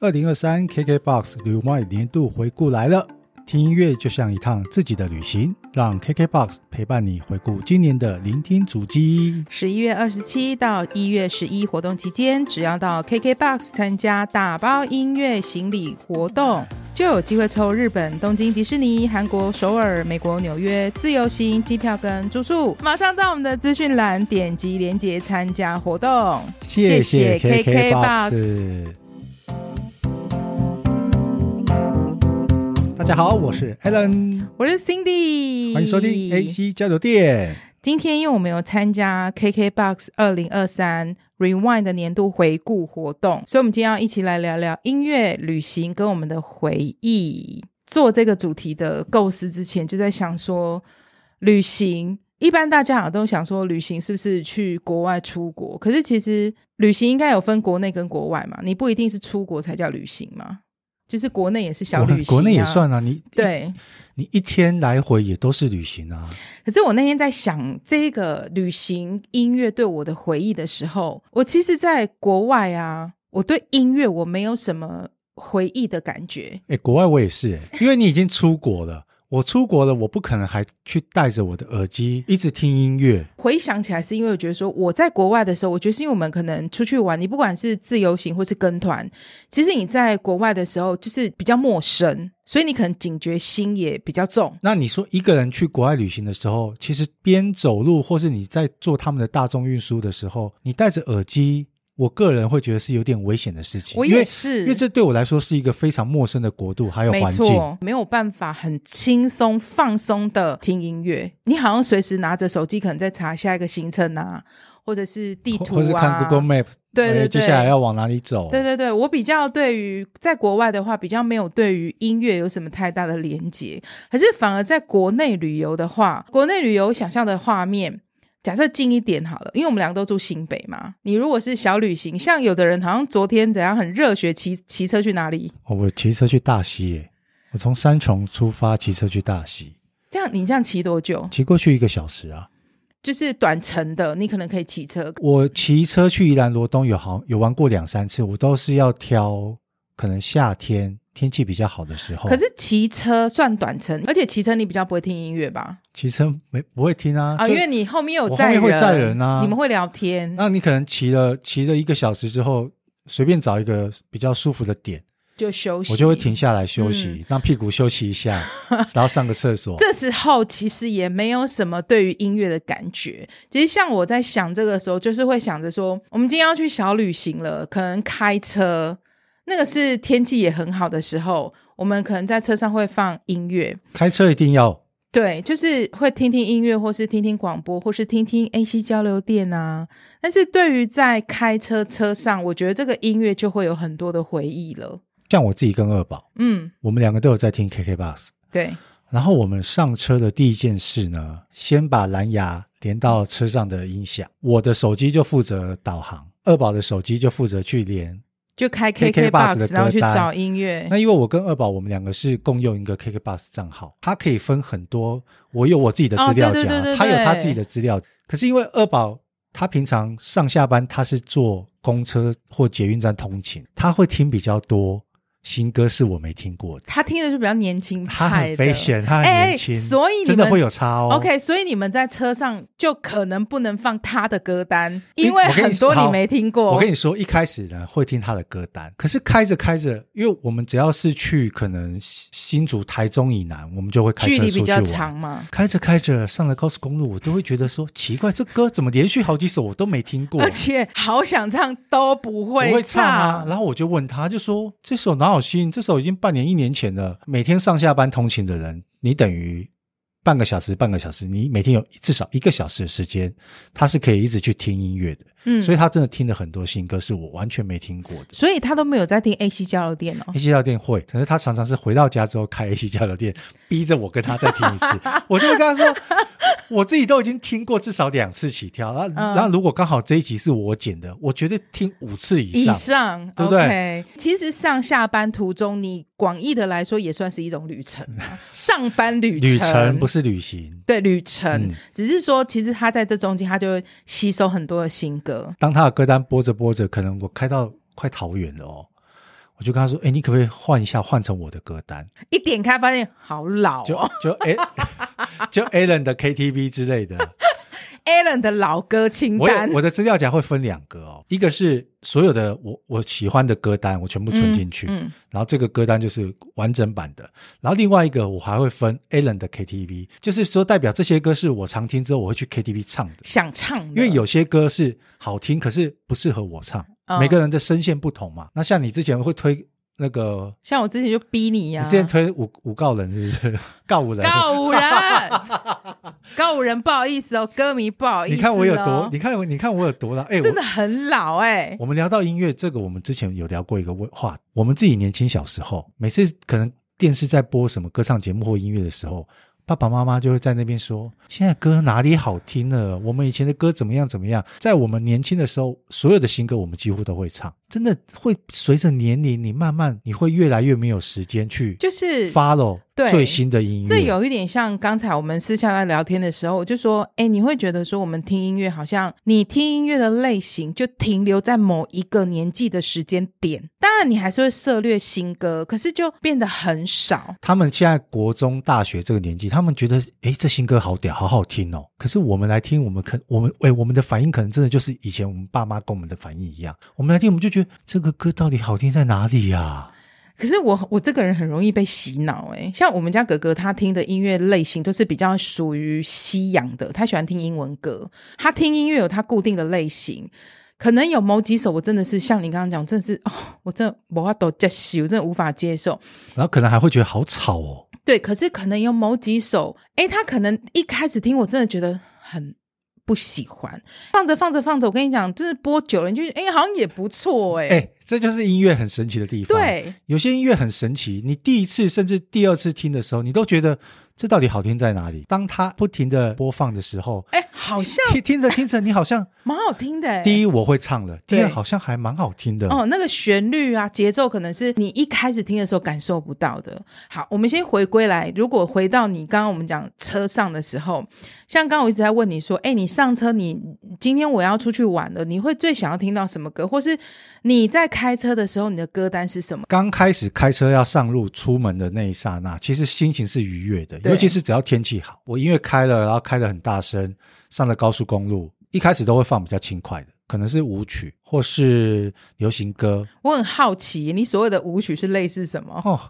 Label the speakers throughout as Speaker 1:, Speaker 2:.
Speaker 1: 二零二三 KKBOX 旅外年度回顾来了，听音乐就像一趟自己的旅行，让 KKBOX 陪伴你回顾今年的聆听主机。
Speaker 2: 十一月二十七到一月十一活动期间，只要到 KKBOX 参加打包音乐行李活动，就有机会抽日本东京迪士尼、韩国首尔、美国纽约自由行机票跟住宿。马上到我们的资讯栏点击链接参加活动。
Speaker 1: 谢谢
Speaker 2: 谢谢
Speaker 1: KKBOX。大家好，我是 Alan，
Speaker 2: 我是 Cindy，
Speaker 1: 欢迎收听哎 AC 交流店。
Speaker 2: 今天因为我们有参加 KKBOX 二零二三 Rewind 的年度回顾活动，所以我们今天要一起来聊聊音乐、旅行跟我们的回忆。做这个主题的构思之前，就在想说，旅行一般大家好像都想说，旅行是不是去国外出国？可是其实旅行应该有分国内跟国外嘛，你不一定是出国才叫旅行嘛，就是国内也是小旅行、啊，
Speaker 1: 国内也算啊，你，
Speaker 2: 对。
Speaker 1: 你一天来回也都是旅行啊。
Speaker 2: 可是我那天在想这个旅行音乐对我的回忆的时候，我其实，在国外啊，我对音乐我没有什么回忆的感觉。
Speaker 1: 哎、国外我也是、哎，因为你已经出国了，我出国了，我不可能还去戴着我的耳机一直听音乐。
Speaker 2: 回想起来，是因为我觉得说我在国外的时候，我觉得是因为我们可能出去玩，你不管是自由行或是跟团，其实你在国外的时候就是比较陌生，所以你可能警觉心也比较重。
Speaker 1: 那你说一个人去国外旅行的时候，其实边走路或是你在坐他们的大众运输的时候，你戴着耳机，我个人会觉得是有点危险的事情。
Speaker 2: 我
Speaker 1: 因
Speaker 2: 也
Speaker 1: 为
Speaker 2: 是，
Speaker 1: 因为这对我来说是一个非常陌生的国度，还有
Speaker 2: 没
Speaker 1: 环境。
Speaker 2: 错，没有办法很轻松放松的听音乐。你好像随时拿着手机，可能在查下一个行程啊，或者是地
Speaker 1: 或
Speaker 2: 图啊，
Speaker 1: 或是看 Google Map，
Speaker 2: 对对
Speaker 1: 哎接
Speaker 2: 对
Speaker 1: 下来要往哪里走？
Speaker 2: 对对对，我比较对于在国外的话，比较没有对于音乐有什么太大的连接，可是反而在国内旅游的话，国内旅游想象的画面。假设近一点好了，因为我们两个都住新北嘛。你如果是小旅行，像有的人好像昨天怎样很热血骑骑车去哪里，
Speaker 1: 哦我骑车去大溪耶，我从三重出发，骑车去大溪，
Speaker 2: 这样你这样骑多久？
Speaker 1: 骑过去一个小时啊。
Speaker 2: 就是短程的，你可能可以骑车，
Speaker 1: 我骑车去宜兰罗东有好有玩过两三次，我都是要挑可能夏天天气比较好的时候。
Speaker 2: 可是骑车算短程，而且骑车你比较不会听音乐吧？
Speaker 1: 骑车没不会听啊，
Speaker 2: 啊，
Speaker 1: 就
Speaker 2: 因为你后面有
Speaker 1: 我后
Speaker 2: 载
Speaker 1: 面
Speaker 2: 人，
Speaker 1: 会载人啊
Speaker 2: 你们会聊天，
Speaker 1: 那你可能骑了骑了一个小时之后，随便找一个比较舒服的点，
Speaker 2: 就休息，嗯
Speaker 1: 我就会停。下来休息，让屁股休息一下， 然后上个厕所。
Speaker 2: 这时候其实也没有什么对于音乐的感觉。其实像我在想这个时候，就是会想着说，我们今天要去小旅行了，可能开车，那个是天气也很好的时候，我们可能在车上会放音乐，
Speaker 1: 开车一定要
Speaker 2: 对，就是会听听音乐，或是听听广播，或是听听 AC 交流电啊。但是对于在开车车上，我觉得这个音乐就会有很多的回忆了。
Speaker 1: 像我自己跟二宝，
Speaker 2: 嗯，
Speaker 1: 我们两个都有在听 KKBox。
Speaker 2: 对，
Speaker 1: 然后我们上车的第一件事呢，先把蓝牙连到车上的音响，我的手机就负责导航，二宝的手机就负责去连。
Speaker 2: 就开
Speaker 1: KK Bus 的
Speaker 2: KKBox，然后去
Speaker 1: 歌单哎
Speaker 2: 找音乐
Speaker 1: 那。因为我跟二宝，我们两个是共用一个 KKBox 账号，它可以分很多，我有我自己的资料夹，
Speaker 2: 哦对对对对
Speaker 1: 他有他自己的资料。可是因为二宝他平常上下班他是坐公车或捷运站通勤，他会听比较多新歌，是我没听过的。
Speaker 2: 他听的就比较年轻
Speaker 1: 他
Speaker 2: 派
Speaker 1: 很
Speaker 2: 的
Speaker 1: 危。险，他很
Speaker 2: 哎
Speaker 1: 年轻，
Speaker 2: 所以你
Speaker 1: 真的
Speaker 2: 们
Speaker 1: 会有差哦。
Speaker 2: OK，所以你们在车上就可能不能放他的歌单，因为
Speaker 1: 我跟你
Speaker 2: 很多
Speaker 1: 好
Speaker 2: 你没听过。
Speaker 1: 我跟你说，一开始呢会听他的歌单，可是开着开着，因为我们只要是去可能新新竹、台中以南，我们就会开
Speaker 2: 距
Speaker 1: 车
Speaker 2: 离
Speaker 1: 出
Speaker 2: 比
Speaker 1: 去
Speaker 2: 较
Speaker 1: 玩。
Speaker 2: 长嘛，
Speaker 1: 开着开着上了高速公路，我都会觉得说奇怪，这歌怎么连续好几首我都没听过
Speaker 2: 而？且好想唱都不
Speaker 1: 我
Speaker 2: 会
Speaker 1: 会唱啊，然后我就问他，就说这首哪有新？这首已经半年、一年前了。每天上下班通勤的人，你等于半个小时、半个小时，你每天有至少一个小时的时间，他是可以一直去听音乐的。
Speaker 2: 嗯，
Speaker 1: 所以他真的听了很多新歌，是我完全没听过的。
Speaker 2: 所以他都没有在听 AC 交流电哦
Speaker 1: A。C 教店会，可是他常常是回到家之后开 A C 教流店，逼着我跟他再听 一次。我就会跟他说，我自己都已经听过至少两次起跳，然后、
Speaker 2: 嗯
Speaker 1: 然后如果刚好这一集是我剪的，我绝对听五次以
Speaker 2: 以
Speaker 1: 上。
Speaker 2: 上，
Speaker 1: 对不对
Speaker 2: o k 其实上下班途中，你广义的来说也算是一种旅程啊、 上班旅
Speaker 1: 旅程
Speaker 2: 程
Speaker 1: 不是旅行。
Speaker 2: 对旅程，
Speaker 1: 嗯
Speaker 2: 只是说其实他在这中间，他就会吸收很多的新歌。
Speaker 1: 当他的歌单播着播着，可能我开到快桃园了哦，我就跟他说：“哎，你可不可以换一下，换成我的歌单？
Speaker 2: 一点开发现好老
Speaker 1: 就
Speaker 2: 哦
Speaker 1: 就哎， 就 Alan 的 KTV 之类的。
Speaker 2: ，Alan 的老歌清
Speaker 1: 我有
Speaker 2: 单，
Speaker 1: 我的资料夹会分两个哦，一个是所有的我我喜欢的歌单，我全部存进去，
Speaker 2: 嗯，
Speaker 1: 然后这个歌单就是完整版的。然后另外一个我还会分 Alan 的 KTV，就是说代表这些歌是我常听之后我会去 KTV 唱的。”
Speaker 2: 想唱的，
Speaker 1: 因为有些歌是好听，可是不适合我唱。
Speaker 2: 嗯
Speaker 1: 每个人的声线不同嘛。那像你之前会推那个，
Speaker 2: 像我之前就逼你
Speaker 1: 你
Speaker 2: 呀、
Speaker 1: 之前推五五告人是不是？ 告五人，
Speaker 2: 告 五人，告五人，不好意思哦，歌迷不好意思、哦，
Speaker 1: 你看我有多，你看我，你看我有 多老。哎、
Speaker 2: 真的
Speaker 1: 我
Speaker 2: 很老哎、
Speaker 1: 我们聊到音乐这个，我们之前有聊过一个问话，我们自己年轻小时候，每次可能电视在播什么歌唱节目或音乐的时候。爸爸妈妈就会在那边说：“现在歌哪里好听了？我们以前的歌怎么样怎么样？”在我们年轻的时候，所有的新歌我们几乎都会唱。真的会随着年龄，你慢慢你会越来越没有时间去
Speaker 2: 就是。
Speaker 1: follow
Speaker 2: 对
Speaker 1: 最新的音乐。
Speaker 2: 这有一点像刚才我们私下在聊天的时候，我就说，哎，你会觉得说我们听音乐好像你听音乐的类型就停留在某一个年纪的时间点，当然你还是会涉略新歌，可是就变得很少。
Speaker 1: 他们现在国中、大学这个年纪，他们觉得，诶，这新歌好屌，好好听哦。可是我们来听，我们可我们诶，我们的反应可能真的就是以前我们爸妈跟我们的反应一样。我们来听，我们就觉得这个歌到底好听在哪里呀、
Speaker 2: 可是我我这个人很容易被洗脑哎、像我们家哥哥他听的音乐类型都是比较属于西洋的，他喜欢听英文歌，他听音乐有他固定的类型。可能有某几首，我真的是像你刚刚讲，真的是哦，我真的我法都接受，我真的无法接受。
Speaker 1: 然后可能还会觉得好吵哦。
Speaker 2: 对，可是可能有某几首，诶，他可能一开始听我真的觉得很不喜欢，放着放着放着，我跟你讲，就是播久了，你就觉得诶，好像也不错诶。
Speaker 1: 诶，这就是音乐很神奇的地方。，
Speaker 2: 对，
Speaker 1: 有些音乐很神奇，你第一次甚至第二次听的时候，你都觉得这到底好听在哪里？当它不停的播放的时候，
Speaker 2: 诶，好像
Speaker 1: 听听着听着，你好 像
Speaker 2: 蛮好听的、诶。
Speaker 1: 第一我会唱了，第二
Speaker 2: 对
Speaker 1: 好像还蛮好听的。
Speaker 2: 哦，那个旋律啊，节奏可能是你一开始听的时候感受不到的。好，我们先回归来，如果回到你刚刚我们讲车上的时候，像刚刚我一直在问你说，哎，你上车你，今天我要出去玩了，你会最想要听到什么歌，或是你在开车的时候，你的歌单是什么？
Speaker 1: 刚开始开车要上路出门的那一刹那，其实心情是愉悦的，
Speaker 2: 对
Speaker 1: 尤其是只要天气好，我音乐开了，然后开得很大声，上了高速公路，一开始都会放比较轻快的，可能是舞曲或是流行歌。
Speaker 2: 我很好奇，你所谓的舞曲是类似什么？
Speaker 1: 哦，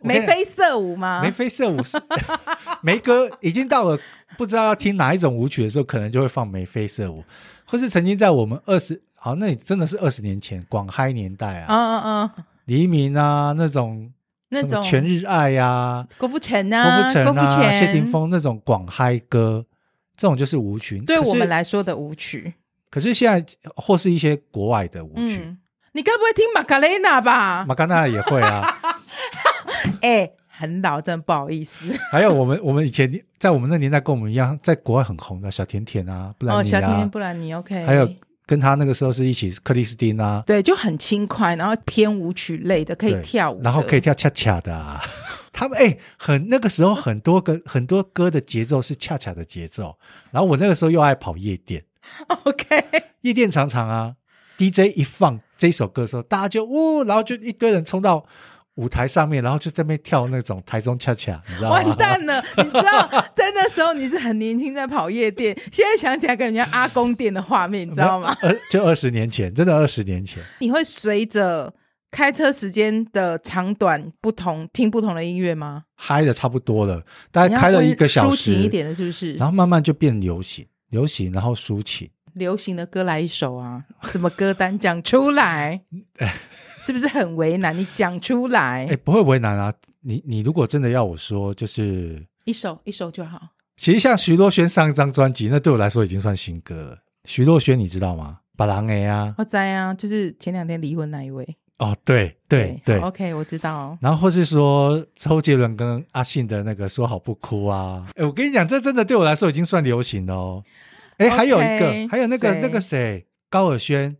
Speaker 1: 我跟
Speaker 2: 眉
Speaker 1: 你
Speaker 2: 飞色舞吗？
Speaker 1: 眉飞色舞是 梅哥已经到了不知道要听哪一种舞曲的时候，可能就会放眉飞色舞，或是曾经在我们二十好，那你真的是二十年前广嗨年代啊，
Speaker 2: 嗯嗯嗯，
Speaker 1: 黎明啊那种
Speaker 2: 那
Speaker 1: 什么
Speaker 2: 种
Speaker 1: 全日爱呀、啊。
Speaker 2: 郭富城啊，
Speaker 1: 郭富城啊、
Speaker 2: 前
Speaker 1: 谢霆，锋那种广嗨歌，这种就是舞曲。
Speaker 2: 对
Speaker 1: 可是
Speaker 2: 我们，来说的舞曲。
Speaker 1: 可是现在或是一些国外的舞曲，
Speaker 2: 嗯，你该不会听玛卡雷娜吧？
Speaker 1: 马甘纳也会啊。
Speaker 2: 哎、很老，真不好意思。
Speaker 1: 还有我们我们以前在我们那年代跟我们一样，在国外很红的小甜甜啊，布
Speaker 2: 哦，
Speaker 1: 兰妮
Speaker 2: 小甜
Speaker 1: 啊
Speaker 2: 甜，布兰妮，OK。
Speaker 1: 还有跟他那个时候是一起克里斯汀啊，
Speaker 2: 对，就很轻快，然后偏舞曲类的，可以
Speaker 1: 对
Speaker 2: 跳舞，
Speaker 1: 然后可以。跳恰恰的啊。 他们哎、很那个时候很多个很多歌的节奏是恰恰的节奏，然后我那个时候又爱跑夜店。
Speaker 2: OK，
Speaker 1: 夜店常常啊，DJ 一放这首歌的时候，大家就呜、然后就一堆人冲到舞台上面，然后就在那边跳那种台中恰恰，你知道吗？
Speaker 2: 完蛋了！你知道，在那时候你是很年轻，在跑夜店，现在想起来感觉阿公店的画面，你知道吗？
Speaker 1: 没有？二就二十年前，真的二十年前，
Speaker 2: 你会随着开车时间的长短不同，听不同的音乐吗？
Speaker 1: 嗨的差不多了，大概开了
Speaker 2: 你要
Speaker 1: 一个小
Speaker 2: 抒情
Speaker 1: 时，
Speaker 2: 一点的，是不是？
Speaker 1: 然后慢慢就变流行，流行然后抒情。
Speaker 2: 流行的歌来一首啊，什么歌单讲出来？ 是不是很为难？你讲出来。
Speaker 1: 哎哎，不会为难啊。你你如果真的要我说，就是
Speaker 2: 一首一首就好。
Speaker 1: 其实像徐若瑄上一张专辑，那对我来说已经算新歌了。徐若瑄你知道吗？把狼哎啊，
Speaker 2: 我在啊，就是前两天离婚那一位。
Speaker 1: 哦对对对
Speaker 2: 好，OK，我知道哦。
Speaker 1: 然后或是说周杰伦跟阿信的那个说好不哭啊，哎，我跟你讲，这真的对我来说已经算流行了哦。哎，还有一
Speaker 2: OK，
Speaker 1: 个，还有那个
Speaker 2: 谁
Speaker 1: 那个谁，高尔宣，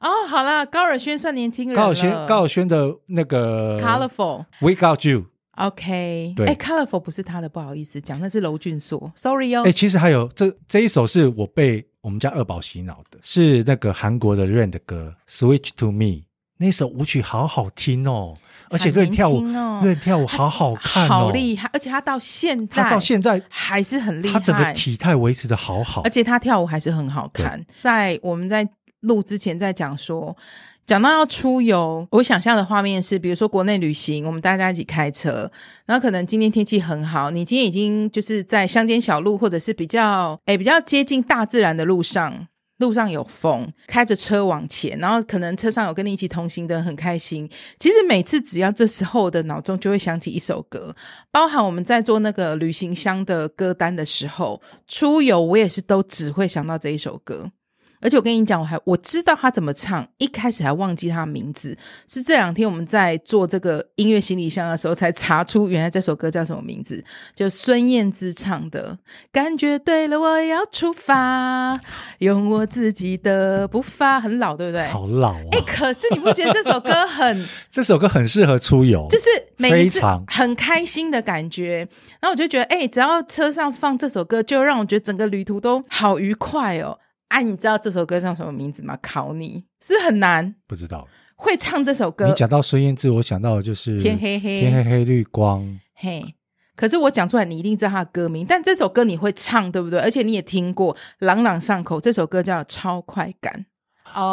Speaker 2: 哦，好了，高尔宣算年轻人了。
Speaker 1: 高尔宣，高尔宣的那个
Speaker 2: Colorful。
Speaker 1: We Got You。
Speaker 2: OK，
Speaker 1: 对
Speaker 2: 哎，Colorful 不是他的，不好意思讲，那是娄俊硕，Sorry 哦
Speaker 1: 哎，。其实还有这这一首是我被我们家二宝洗脑的，是那个韩国的 Rain 的歌《Switch to Me》，那首舞曲好好听哦，而且瑞跳舞
Speaker 2: 好年轻哦，
Speaker 1: 瑞跳舞好好看哦，
Speaker 2: 好厉害！而且他到现在，
Speaker 1: 他到现在
Speaker 2: 还是很厉害，
Speaker 1: 他整个体态维持的好好
Speaker 2: 而，且他跳舞还是很好看。在我们在录之前在讲说，讲到要出游，我想象的画面是，比如说国内旅行，我们大家一起开车，然后可能今天天气很好，你今天已经就是在乡间小路，或者是比较诶比较接近大自然的路上。路上有风，开着车往前，然后可能车上有跟你一起同行的人很开心。其实每次只要这时候的脑中就会想起一首歌，包含我们在做那个旅行箱的歌单的时候，出游我也是都只会想到这一首歌。而且我跟你讲，我还我知道他怎么唱，一开始还忘记他的名字，是这两天我们在做这个音乐行李箱的时候才查出，原来这首歌叫什么名字，就孙燕姿唱的《感觉对了，我要出发》，用我自己的步伐，很老，对不对？
Speaker 1: 好老啊
Speaker 2: 哎、！可是你不觉得这首歌很
Speaker 1: 这首歌很适合出游，
Speaker 2: 就是每一
Speaker 1: 非
Speaker 2: 次
Speaker 1: 常
Speaker 2: 很开心的感觉。然后我就觉得，哎、只要车上放这首歌，就让我觉得整个旅途都好愉快哦。啊，你知道这首歌叫什么名字吗？考你是不是很难？
Speaker 1: 不知道。
Speaker 2: 会唱这首
Speaker 1: 你
Speaker 2: 歌，
Speaker 1: 讲到孙燕姿，我想到的就是
Speaker 2: 天黑黑
Speaker 1: 天黑黑绿光。
Speaker 2: 嘿。可是我讲出来，你一定知道它的歌名，但这首歌你会唱，对不对？而且你也听过，朗朗上口。这首歌叫《超快感》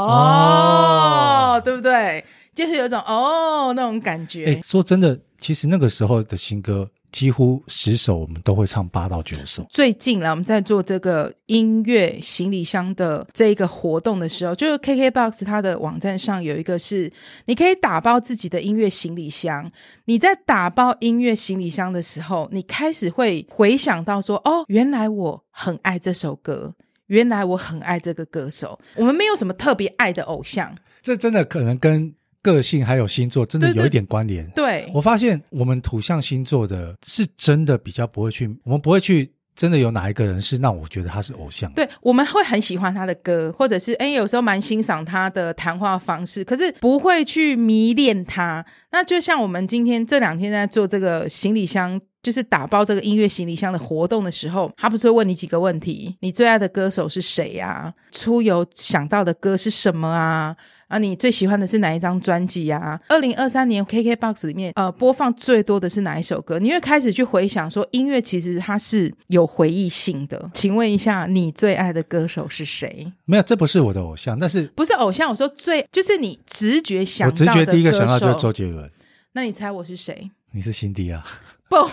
Speaker 2: 哦，
Speaker 1: 哦
Speaker 2: 对不对？就是有一种哦那种感觉。
Speaker 1: 哎，说真的，其实那个时候的新歌，几乎十首我们都会唱八到九首。
Speaker 2: 最近啦，我们在做这个音乐行李箱的这一个活动的时候，就是 KKBOX 它的网站上有一个是你可以打包自己的音乐行李箱。你在打包音乐行李箱的时候，你开始会回想到说，哦，原来我很爱这首歌。原来我很爱这个歌手，我们没有什么特别爱的偶像，
Speaker 1: 这真的可能跟个性还有星座真的
Speaker 2: 对对
Speaker 1: 有一点关联。
Speaker 2: 对，
Speaker 1: 我发现我们土象星座的是真的比较不会去，我们不会去真的有哪一个人是让我觉得他是偶像。
Speaker 2: 对，我们会很喜欢他的歌，或者是哎，诶有时候蛮欣赏他的谈话方式，可是不会去迷恋他。那就像我们今天这两天在做这个行李箱。就是打包这个音乐行李箱的活动的时候，他不是会问你几个问题：你最爱的歌手是谁呀、啊？出游想到的歌是什么啊？啊，你最喜欢的是哪一张专辑啊？二零二三年 KKBOX 里面，呃，播放最多的是哪一首歌？你会开始去回想说，音乐其实它是有回忆性的。请问一下，你最爱的歌手是谁？
Speaker 1: 没有，这不是我的偶像，但是
Speaker 2: 不是偶像，我说最就是你直觉想
Speaker 1: 我
Speaker 2: 到的
Speaker 1: 直觉第一个想到
Speaker 2: 歌
Speaker 1: 就
Speaker 2: 手
Speaker 1: 是周杰伦。
Speaker 2: 那你猜我是谁？
Speaker 1: 你是辛迪啊？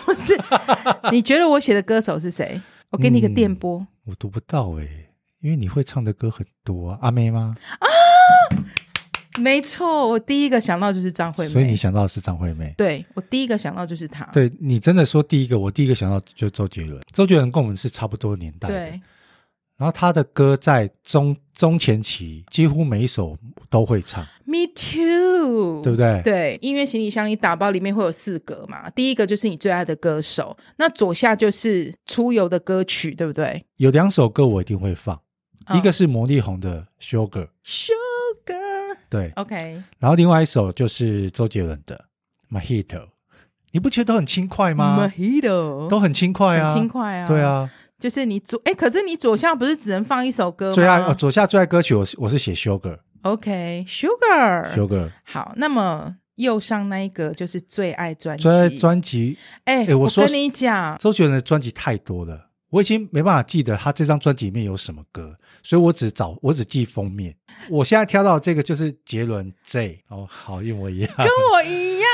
Speaker 2: 不是， 你觉得我写的歌手是谁？我给你一
Speaker 1: 嗯
Speaker 2: 个电波，
Speaker 1: 我读不到哎、因为你会唱的歌很多啊。阿妹吗？
Speaker 2: 没错，我第一个想到就是张惠
Speaker 1: 所以你
Speaker 2: 妹。
Speaker 1: 想到的是张惠妹。
Speaker 2: 对我第一个想到就是她。
Speaker 1: 对你真的说第一个，我第一个想到就是周杰伦。周杰伦跟我们是差不多年代的，
Speaker 2: 对
Speaker 1: 然后他的歌在中中前期几乎每一首都会唱，
Speaker 2: Me too，
Speaker 1: 对不对？
Speaker 2: 对，音乐行李箱你打包里面会有四格嘛，第一个就是你最爱的歌手，那左下就是出游的歌曲，对不对？
Speaker 1: 有两首歌我一定会放，
Speaker 2: 嗯
Speaker 1: 一个是魔力红的《Sugar》，
Speaker 2: Sugar，OK，、
Speaker 1: 对，然后另外一首就是周杰伦的《Mojito》，你不觉得都很轻快吗？
Speaker 2: Mojito
Speaker 1: 都很轻快啊，
Speaker 2: 嗯很轻快啊，
Speaker 1: 对，啊，
Speaker 2: 就是你左哎，可是你左下不是只能放一首歌吗？
Speaker 1: 最爱哦，左下最爱歌曲我是我是写 Sugar
Speaker 2: OK，Sugar，、
Speaker 1: Sugar，
Speaker 2: 好，那么右上那一格就是最爱专辑，啊
Speaker 1: 最爱专辑
Speaker 2: 哎、
Speaker 1: 哎我
Speaker 2: 我
Speaker 1: 说
Speaker 2: 跟
Speaker 1: 是
Speaker 2: 你讲，
Speaker 1: 周杰伦的专辑太多了，我已经没办法记得他这张专辑里面有什么歌，所以我只找我只记封面。我现在挑到这个就是杰伦 J 哦，好一模一样。
Speaker 2: 跟我一样，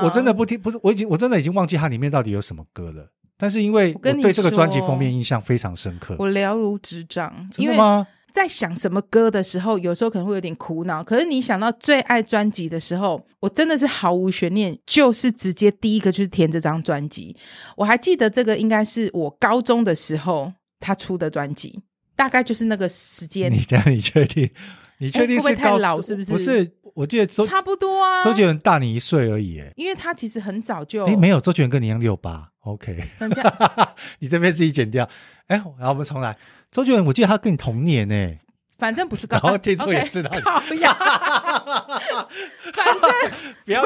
Speaker 1: 我我真的不听，不是我已经我真的已经忘记它里面到底有什么歌了。但是因为
Speaker 2: 我
Speaker 1: 我
Speaker 2: 跟你
Speaker 1: 对这个专辑
Speaker 2: 说
Speaker 1: 封面印象非常深刻，
Speaker 2: 我了如指掌，
Speaker 1: 嗯真
Speaker 2: 因
Speaker 1: 的
Speaker 2: 为。
Speaker 1: 吗？
Speaker 2: 在想什么歌的时候，有时候可能会有点苦恼。可是你想到最爱专辑的时候，我真的是毫无悬念，就是直接第一个就是填这张专辑。我还记得这个应该是我高中的时候他出的专辑，大概就是那个时间
Speaker 1: 你，等一下你确定？你确定
Speaker 2: 哎会
Speaker 1: 是
Speaker 2: 不会太
Speaker 1: 高
Speaker 2: 老是不是
Speaker 1: 不是，我记得周
Speaker 2: 差不多啊。哦
Speaker 1: 周杰伦大你一岁而已。哎，
Speaker 2: 因为他其实很早就，
Speaker 1: 哎，没有，周杰伦跟你一样六八。OK，
Speaker 2: 人家
Speaker 1: 你这边自己剪掉。哎，然后我们重来。周杰伦，我记得他跟你同年呢。
Speaker 2: 反正不是高，
Speaker 1: 然后听众也知道
Speaker 2: OK，靠呀，
Speaker 1: 不要剪，
Speaker 2: 反正不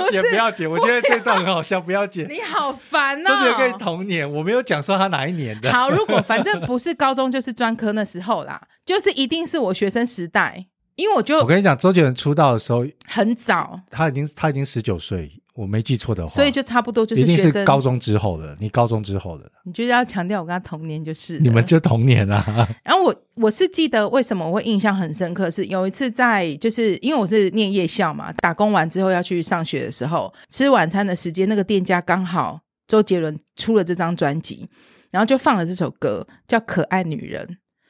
Speaker 2: 是
Speaker 1: 不要剪，我觉得这段很好笑，不要剪。
Speaker 2: 你 好烦哦。
Speaker 1: 周杰伦跟你同年，我没有讲说他哪一年的。
Speaker 2: 好，如果反正不是高中就是专科那时候啦，就是一定是我学生时代，因为我
Speaker 1: 我
Speaker 2: 就
Speaker 1: 跟你讲，周杰伦出道的时候，
Speaker 2: 很早，
Speaker 1: 他已经他已经十九岁，我没记错的话，
Speaker 2: 所以就差不多就是
Speaker 1: 一定
Speaker 2: 学
Speaker 1: 是
Speaker 2: 生
Speaker 1: 高，中之后的，你高中之后的，
Speaker 2: 你就是要强调我跟他童年就是了
Speaker 1: 你们就同年啊。
Speaker 2: 然后我我是记得为什么我会印象很深刻，是有一次在就是因为我是念夜校嘛，打工完之后要去上学的时候，吃晚餐的时间，那个店家刚好周杰伦出了这张专辑，然后就放了这首歌叫《可爱女人》，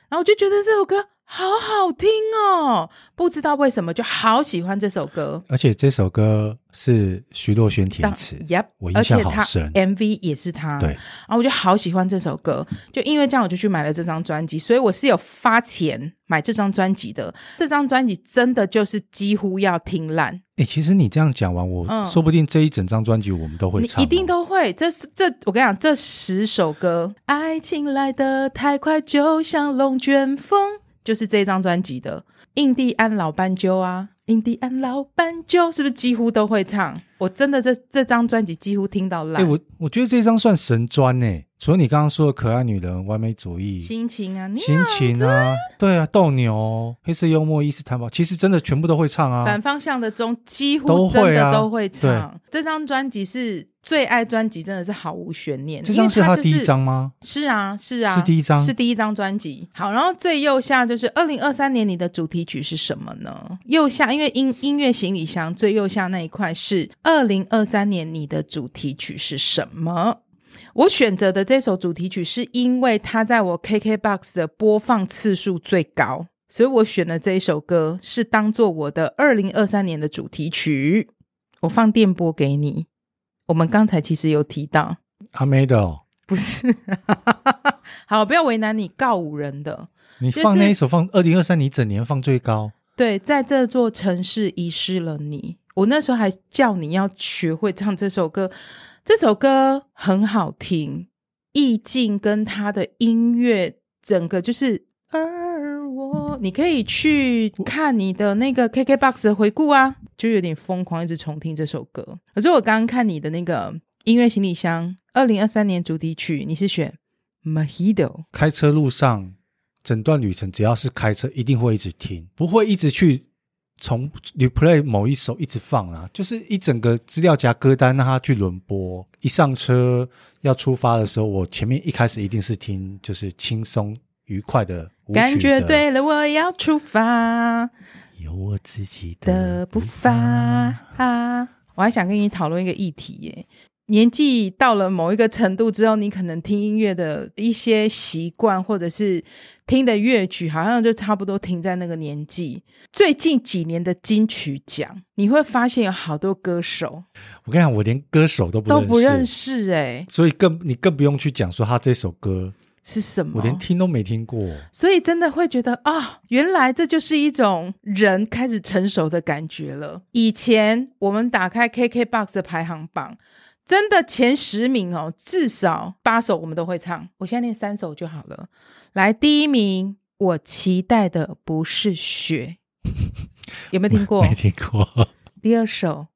Speaker 2: 然后我就觉得这首歌好好听哦，不知道为什么就好喜欢这首歌。
Speaker 1: 而且这首歌是徐若瑄填
Speaker 2: 当
Speaker 1: 词，
Speaker 2: yep,
Speaker 1: 我
Speaker 2: 而
Speaker 1: 印
Speaker 2: 且
Speaker 1: 象好
Speaker 2: 他
Speaker 1: 深。
Speaker 2: MV 也是他，
Speaker 1: 对，
Speaker 2: 然后我就好喜欢这首歌，就因为这样我就去买了这张专辑，所以我是有发钱买这张专辑的。这张专辑真的就是几乎要听烂，
Speaker 1: 哎、其实你这样讲完，我、
Speaker 2: 嗯
Speaker 1: 说不定这一整张专辑我们都会
Speaker 2: 你
Speaker 1: 唱哦、
Speaker 2: 一定都会。这是这我跟你讲，这十首歌，爱情来得太快，就像龙卷风，就是这张专辑的。印第安老斑鸠啊，印第安老斑鸠是不是几乎都会唱？我真的这这张专辑几乎听到
Speaker 1: 哎、
Speaker 2: 烂。
Speaker 1: 我我觉得这张算神专呢、除了你刚刚说的可爱女人、完美主义、
Speaker 2: 心情啊，你
Speaker 1: 心情啊，对啊，斗牛、黑色幽默、伊斯坦堡，其实真的全部都会唱啊。
Speaker 2: 反方向的钟几
Speaker 1: 都
Speaker 2: 乎
Speaker 1: 会啊
Speaker 2: 真的都会唱。
Speaker 1: 对
Speaker 2: 这张专辑是最爱专辑，真的是毫无悬念。
Speaker 1: 这张
Speaker 2: 因为
Speaker 1: 是
Speaker 2: 它
Speaker 1: 他
Speaker 2: 就
Speaker 1: 第一张吗？
Speaker 2: 是啊，是啊，
Speaker 1: 是第一张
Speaker 2: 是第一张专辑。好，然后最右下就是二零二三年你的主题曲是什么呢？右下，因为音音乐行李箱最右下那一块是二零二三年你的主题曲是什么？我选择的这首主题曲是因为它在我 KKBOX 的播放次数最高，所以我选的这一首歌是当做我的二零二三年的主题曲。我放电波给你。我们刚才其实有提到，
Speaker 1: 阿妹的、哦，
Speaker 2: 不是， 好，不要为难你告五人的。
Speaker 1: 你
Speaker 2: 就是
Speaker 1: 放那一首放二零二三，你整年放最高。
Speaker 2: 对，在这座城市遗失了你。我那时候还叫你要学会唱这首歌，这首歌很好听，意境跟它的音乐整个就是。而我，你可以去看你的那个 KKBOX 的回顾啊，就有点疯狂，一直重听这首歌。可是我刚刚看你的那个音乐行李箱，二零二三年主题曲，你是选 Mojito，
Speaker 1: 开车路上，整段旅程只要是开车，一定会一直听，不会一直去从 replay 某一首一直放啊，就是一整个资料夹歌单让它去轮播。一上车要出发的时候，我前面一开始一定是听就是轻松愉快的舞曲的
Speaker 2: 感觉，对了，我要出发。
Speaker 1: 有我自己
Speaker 2: 的
Speaker 1: 的
Speaker 2: 步
Speaker 1: 步
Speaker 2: 伐
Speaker 1: 伐。嗯
Speaker 2: 啊！我还想跟你讨论一个议题耶。年纪到了某一个程度之后，你可能听音乐的一些习惯，或者是听的乐曲，好像就差不多停在那个年纪。最近几年的金曲奖，你会发现有好多歌手
Speaker 1: 我跟你讲，我连歌手都不
Speaker 2: 都不认
Speaker 1: 识。
Speaker 2: 识，哎，
Speaker 1: 所以更你更不用去讲说他这首歌，
Speaker 2: 是什么？
Speaker 1: 我连听都没听过。
Speaker 2: 所以真的会觉得啊、原来这就是一种人开始成熟的感觉了。以前我们打开 KKBOX 的排行榜，真的前十名哦，至少八首我们都会唱。我现在念三首就好了。来，第一名，我期待的不是雪，有没有听 过
Speaker 1: 没？听过，
Speaker 2: 第二首，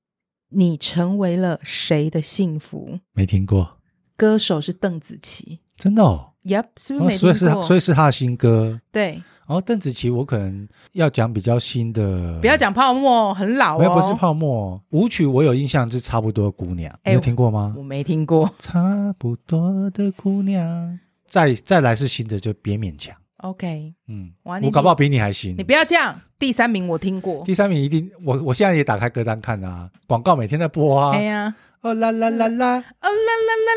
Speaker 2: 你成为了谁的幸福？
Speaker 1: 没听过，
Speaker 2: 歌手是邓紫棋。
Speaker 1: 真的哦。
Speaker 2: Yep，是不是
Speaker 1: 哦
Speaker 2: 没
Speaker 1: 所
Speaker 2: 听过？
Speaker 1: 以是他所以是他的新歌。
Speaker 2: 对，
Speaker 1: 然后邓紫棋，我可能要讲比较新的，
Speaker 2: 不要，讲泡沫，很老
Speaker 1: 没
Speaker 2: 哦。
Speaker 1: 有不是泡沫舞曲，我有印象是差不多的姑娘，你
Speaker 2: 哎
Speaker 1: 有听过吗
Speaker 2: 我？没听过。
Speaker 1: 差不多的姑娘，再再来是新的，就别勉强。
Speaker 2: OK，
Speaker 1: 嗯，
Speaker 2: 哇啊你
Speaker 1: 我搞不好比你还新。
Speaker 2: 你不要这样。第三名我听过
Speaker 1: 第，三名一定，我我现在也打开歌单看啊，广告每天在播啊
Speaker 2: 哎。呀，
Speaker 1: 哦啦啦啦啦，
Speaker 2: 哦啦啦啦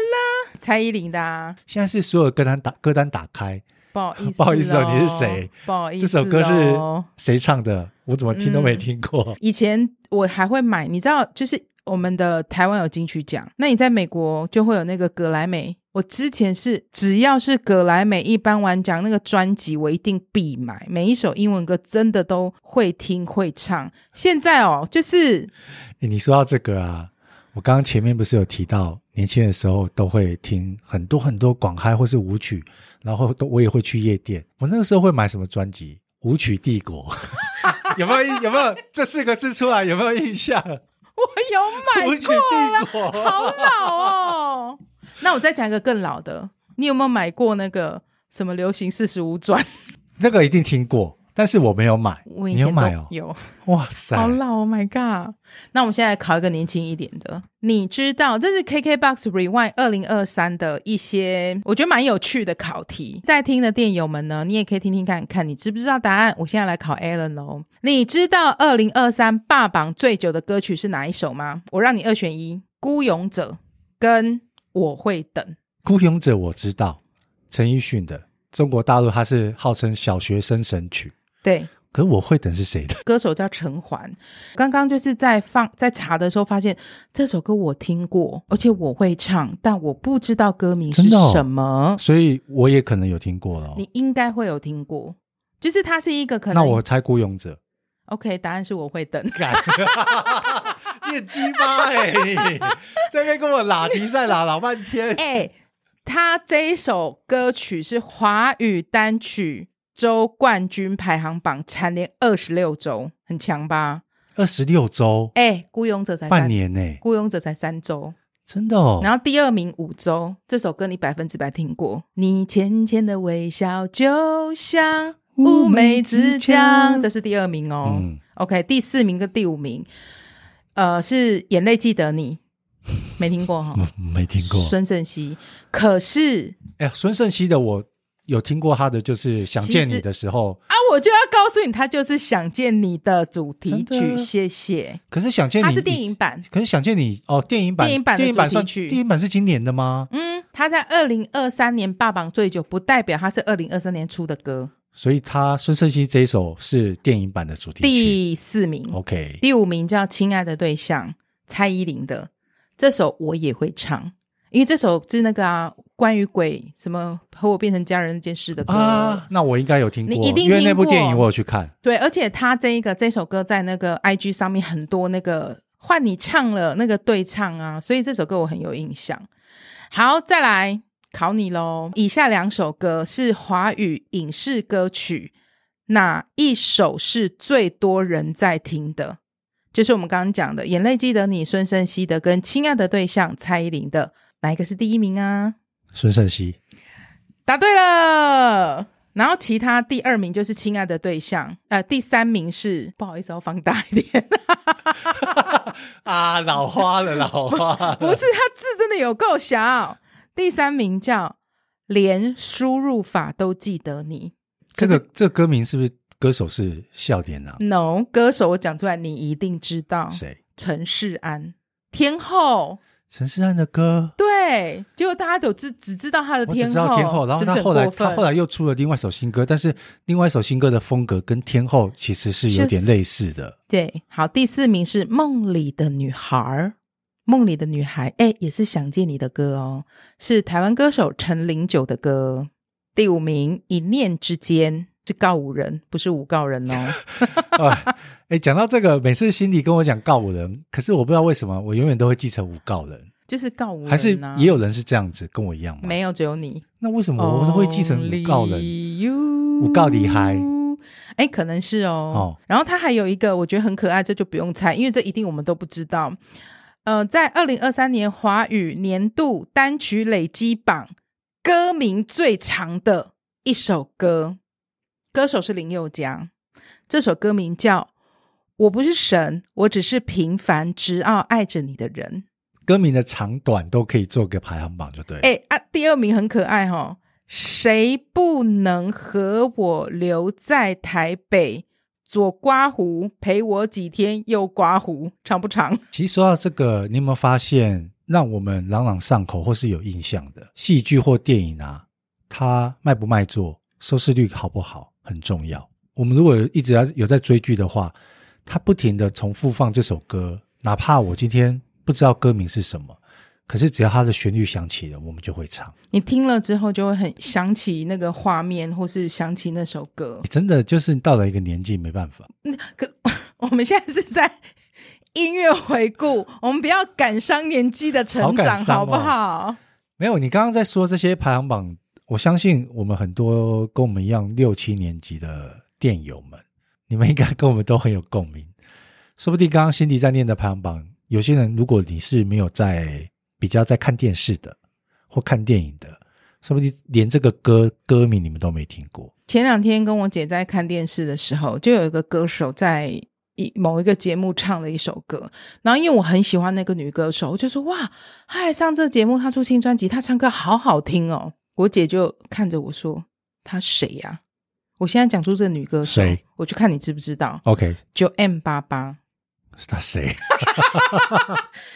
Speaker 2: 啦，蔡依林的、啊，
Speaker 1: 现在是所有歌单打歌单打开，
Speaker 2: 不好意思，
Speaker 1: 不好意思哦你是谁？
Speaker 2: 不好意思，
Speaker 1: 这首歌是。
Speaker 2: 哦
Speaker 1: 谁唱的？我怎么听都没
Speaker 2: 嗯
Speaker 1: 听过。
Speaker 2: 以前我还会买，你知道，就是我们的台湾有金曲奖，那你在美国就会有那个格莱美。我之前是只要是格莱美一般完奖那个专辑，我一定必买，每一首英文歌真的都会听会唱。现在哦，就是
Speaker 1: 欸你说到这个啊，我刚刚前面不是有提到，年轻的时候都会听很多很多广嗨或是舞曲，然后都我也会去夜店。我那个时候会买什么专辑？舞曲帝国 有没有印有没有这四个字出来有没有印象？
Speaker 2: 我
Speaker 1: 舞
Speaker 2: 有买
Speaker 1: 曲
Speaker 2: 过啊啦
Speaker 1: 帝国，
Speaker 2: 好老哦。那我再讲一个更老的，你有没有买过那个什么《流行四十五转》？
Speaker 1: 那个一定听过，但是我没有买，
Speaker 2: 我以
Speaker 1: 你有
Speaker 2: 前都
Speaker 1: 买哦？
Speaker 2: 有，
Speaker 1: 哇塞，
Speaker 2: 好老，Oh my god！那我们现在考一个年轻一点的，你知道这是 KKBOX Rewind 二零二三的一些我觉得蛮有趣的考题，在听的电友们呢，你也可以听听看看你知不知道答案。我现在来考 Alan 哦，你知道二零二三霸榜最久的歌曲是哪一首吗？我让你二选一，《孤勇者》跟《我会等》。
Speaker 1: 孤勇者》我知道，陈奕迅的，中国大陆他是号称小学生神曲，
Speaker 2: 对，
Speaker 1: 可是我会等是谁的？
Speaker 2: 歌手叫陈环。刚刚就是在放在查的时候，发现这首歌我听过，而且我会唱，但我不知道歌名是
Speaker 1: 真的哦
Speaker 2: 什么。
Speaker 1: 所以我也可能有听过了哦、
Speaker 2: 你应该会有听过，就是它是一个可能。
Speaker 1: 那我猜孤勇者，
Speaker 2: OK，答案是我会等。
Speaker 1: 干，你很鸡巴哎、你在那边跟我拉提赛拉老半天，
Speaker 2: 哎、他这一首歌曲是华语单曲周冠军排行榜蝉联二十六周，很强吧？
Speaker 1: 二十六周，
Speaker 2: 哎、孤勇者才三
Speaker 1: 半，年呢、
Speaker 2: 孤勇者才三周。
Speaker 1: 真的哦。
Speaker 2: 然后第二名五周这首歌你百分之百听过，你浅浅的微笑就像乌梅之酱，这是第二名哦。
Speaker 1: 嗯
Speaker 2: OK，第四名跟第五名，呃，是眼泪记得你，没听过哈、
Speaker 1: 嗯 没听过。
Speaker 2: 孙盛熙，可是
Speaker 1: 哎呀，孙盛熙的我有听过他的，就是想见你
Speaker 2: 其实
Speaker 1: 的时候，
Speaker 2: 啊，我就要告诉你，它就是《想见你》的主题
Speaker 1: 真
Speaker 2: 曲，
Speaker 1: 的
Speaker 2: 谢谢。
Speaker 1: 可是想见你
Speaker 2: 它是电影版，
Speaker 1: 可是想见你哦，电影版
Speaker 2: 电影版的
Speaker 1: 电影版
Speaker 2: 主题
Speaker 1: 算
Speaker 2: 曲
Speaker 1: 电影版是今年的吗？
Speaker 2: 嗯，它在二零二三年霸榜最久，不代表它是二零二三年出的歌。
Speaker 1: 所以他孙盛熙这一首是电影版的主题曲。
Speaker 2: 第四名
Speaker 1: OK，
Speaker 2: 第五名叫《亲爱的对象》，蔡依林的这首我也会唱，因为这首是那个啊，关于鬼什么和我变成家人那件事的歌。
Speaker 1: 啊，那我应该有听过，
Speaker 2: 你一定
Speaker 1: 因为那部
Speaker 2: 听过
Speaker 1: 电影我有去看。
Speaker 2: 对，而且他这一个这首歌在那个 IG 上面很多那个换你唱了那个对唱啊，所以这首歌我很有印象。好，再来考你喽。以下两首歌是华语影视歌曲，哪一首是最多人在听的？就是我们刚刚讲的《眼泪记得你》，孙盛熙的跟《亲爱的对象》，蔡依林的，哪一个是第一名啊？
Speaker 1: 孙盛熙
Speaker 2: 答对了。然后其他第二名就是《亲爱的对象》，呃，第三名是不好意思，要放大一点，
Speaker 1: 啊，老花了，老花
Speaker 2: 不是他字真的有够小。第三名叫连输入法都记得你
Speaker 1: 这个这个歌名是不是歌手是笑点啊？
Speaker 2: ，No 歌手我讲出来你一定知道，
Speaker 1: 谁？
Speaker 2: 陈世安天后。
Speaker 1: 陈势安的歌，
Speaker 2: 对，结果大家都只只知道他的
Speaker 1: 我只
Speaker 2: 天
Speaker 1: 知
Speaker 2: 后，
Speaker 1: 道天后，然后
Speaker 2: 是不
Speaker 1: 他
Speaker 2: 是
Speaker 1: 后
Speaker 2: 很
Speaker 1: 来
Speaker 2: 过分
Speaker 1: 他后来又出了另外一首新歌，但是另外一首新歌的风格跟天后其实是有点类似 的。
Speaker 2: 对，好，第四名是《梦里的女孩》，《梦里的女孩》哎，也是想见你的歌哦，是台湾歌手陈零九的歌。第五名《一念之间》是告五人，不是五告人哦。
Speaker 1: 哎，哎讲到这个，每次辛迪跟我讲告五人，可是我不知道为什么，我永远都会记成五告人，
Speaker 2: 就是告五人、啊，
Speaker 1: 还是也有人是这样子，跟我一样吗？
Speaker 2: 没有只有你，
Speaker 1: 那为什么我都会记成五告人？
Speaker 2: Only you
Speaker 1: 五告里嗨。
Speaker 2: 哎，可能是哦。
Speaker 1: 哦
Speaker 2: 然后它还有一个我觉得很可爱，这就不用猜，因为这一定我们都不知道。呃，在二零二三年华语年度单曲累积榜歌名最长的一首歌，歌手是林宥嘉，这首歌名叫《我不是神，我只是平凡执傲爱着你的人》。
Speaker 1: 歌名的长短都可以做个排行榜，就对了。
Speaker 2: 哎、啊，第二名很可爱哈、哦，谁不能和我留在台北？左刮胡陪我几天，右刮胡长不长？
Speaker 1: 其实说到这个，你有没有发现，让我们朗朗上口或是有印象的戏剧或电影啊，它卖不卖座、收视率好不好很重要。我们如果一直要有在追剧的话，它不停的重复放这首歌，哪怕我今天不知道歌名是什么，可是只要它的旋律响起了，我们就会唱。
Speaker 2: 你听了之后就会很想起那个画面，或是想起那首歌
Speaker 1: 你。真的就是到了一个年纪，没办法。
Speaker 2: 可我们现在是在音乐回顾，我们不要感伤年纪的
Speaker 1: 好
Speaker 2: 成
Speaker 1: 感
Speaker 2: 长，
Speaker 1: 伤
Speaker 2: 好不
Speaker 1: 哦
Speaker 2: 好？
Speaker 1: 没有，你刚刚在说这些排行榜，我相信我们很多跟我们一样六七年级的电友们，你们应该跟我们都很有共鸣。说不定刚刚辛迪在念的排行榜，有些人如果你是没有在比较在看电视的或看电影的，说不定连这个歌歌名你们都没听过。
Speaker 2: 前两天跟我姐在看电视的时候，就有一个歌手在一某一个节目唱了一首歌，然后因为我很喜欢那个女歌手，我就说哇，她来上这节目，她出新专辑，她唱歌好好听哦。我姐就看着我说，她谁呀、我现在讲出这个女歌手
Speaker 1: 谁，
Speaker 2: 我就看你知不知道，
Speaker 1: OK，
Speaker 2: 就 M 八八
Speaker 1: 那谁？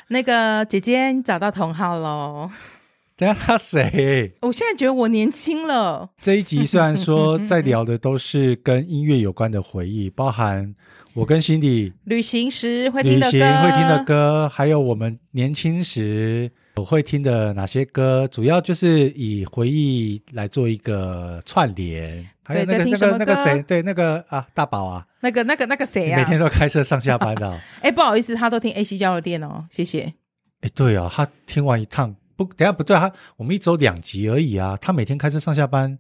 Speaker 2: 那个姐姐，你找到同号喽。
Speaker 1: 等一下他谁？
Speaker 2: 我现在觉得我年轻了，
Speaker 1: 这一集虽然 说在聊的都是跟音乐有关的回忆，包含我跟辛迪
Speaker 2: 旅行时会
Speaker 1: 旅
Speaker 2: 听的歌，
Speaker 1: 行会听的歌，还有我们年轻时我会听的哪些歌，主要就是以回忆来做一个串联。还有那个
Speaker 2: 对在听
Speaker 1: 那
Speaker 2: 什
Speaker 1: 个
Speaker 2: 么
Speaker 1: 那个
Speaker 2: 歌
Speaker 1: 谁，对那个啊大宝啊，
Speaker 2: 那个、那个、那个谁
Speaker 1: 你
Speaker 2: 呀、
Speaker 1: 每
Speaker 2: 啊？
Speaker 1: 天都开车上下班的 哦。
Speaker 2: 哎、不好意思，他都听 A C 交流电哦，谢谢。
Speaker 1: 哎，对哦，他听完一趟不，等一下不对啊，他我们一周两集而已啊，他每天开车上下班，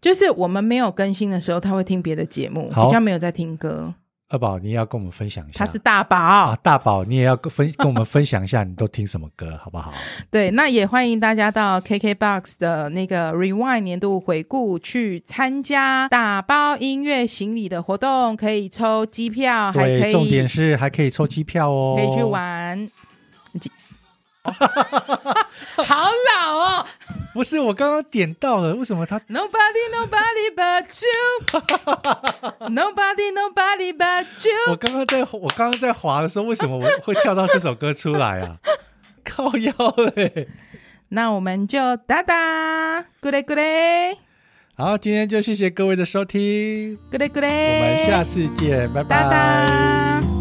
Speaker 2: 就是我们没有更新的时候，他会听别的节目，
Speaker 1: 好
Speaker 2: 比较没有在听歌。
Speaker 1: 二宝你也要跟我们分享一下。
Speaker 2: 他是大宝，
Speaker 1: 啊，大宝，你也要跟分跟我们分享一下， 你都听什么歌，好不好？
Speaker 2: 对，那也欢迎大家到 KKBOX 的那个 Rewind 年度回顾去参加打包音乐行李的活动，可以抽机票，还可
Speaker 1: 对，
Speaker 2: 以
Speaker 1: 重点是还可以抽机票哦，
Speaker 2: 可以去。玩。 好老哦
Speaker 1: 不是，我刚刚点到了，为什么他
Speaker 2: ，Nobody Nobody but you，Nobody Nobody but you。
Speaker 1: 我刚刚在我刚刚在滑的时候，为什么我会跳到这首歌出来啊？ 靠腰嘞！
Speaker 2: 那我们就哒哒，good day good day，good
Speaker 1: 好，今天就谢谢各位的收听，
Speaker 2: day good
Speaker 1: 我
Speaker 2: day，
Speaker 1: 们下次见，拜
Speaker 2: 哒
Speaker 1: 拜。
Speaker 2: 哒。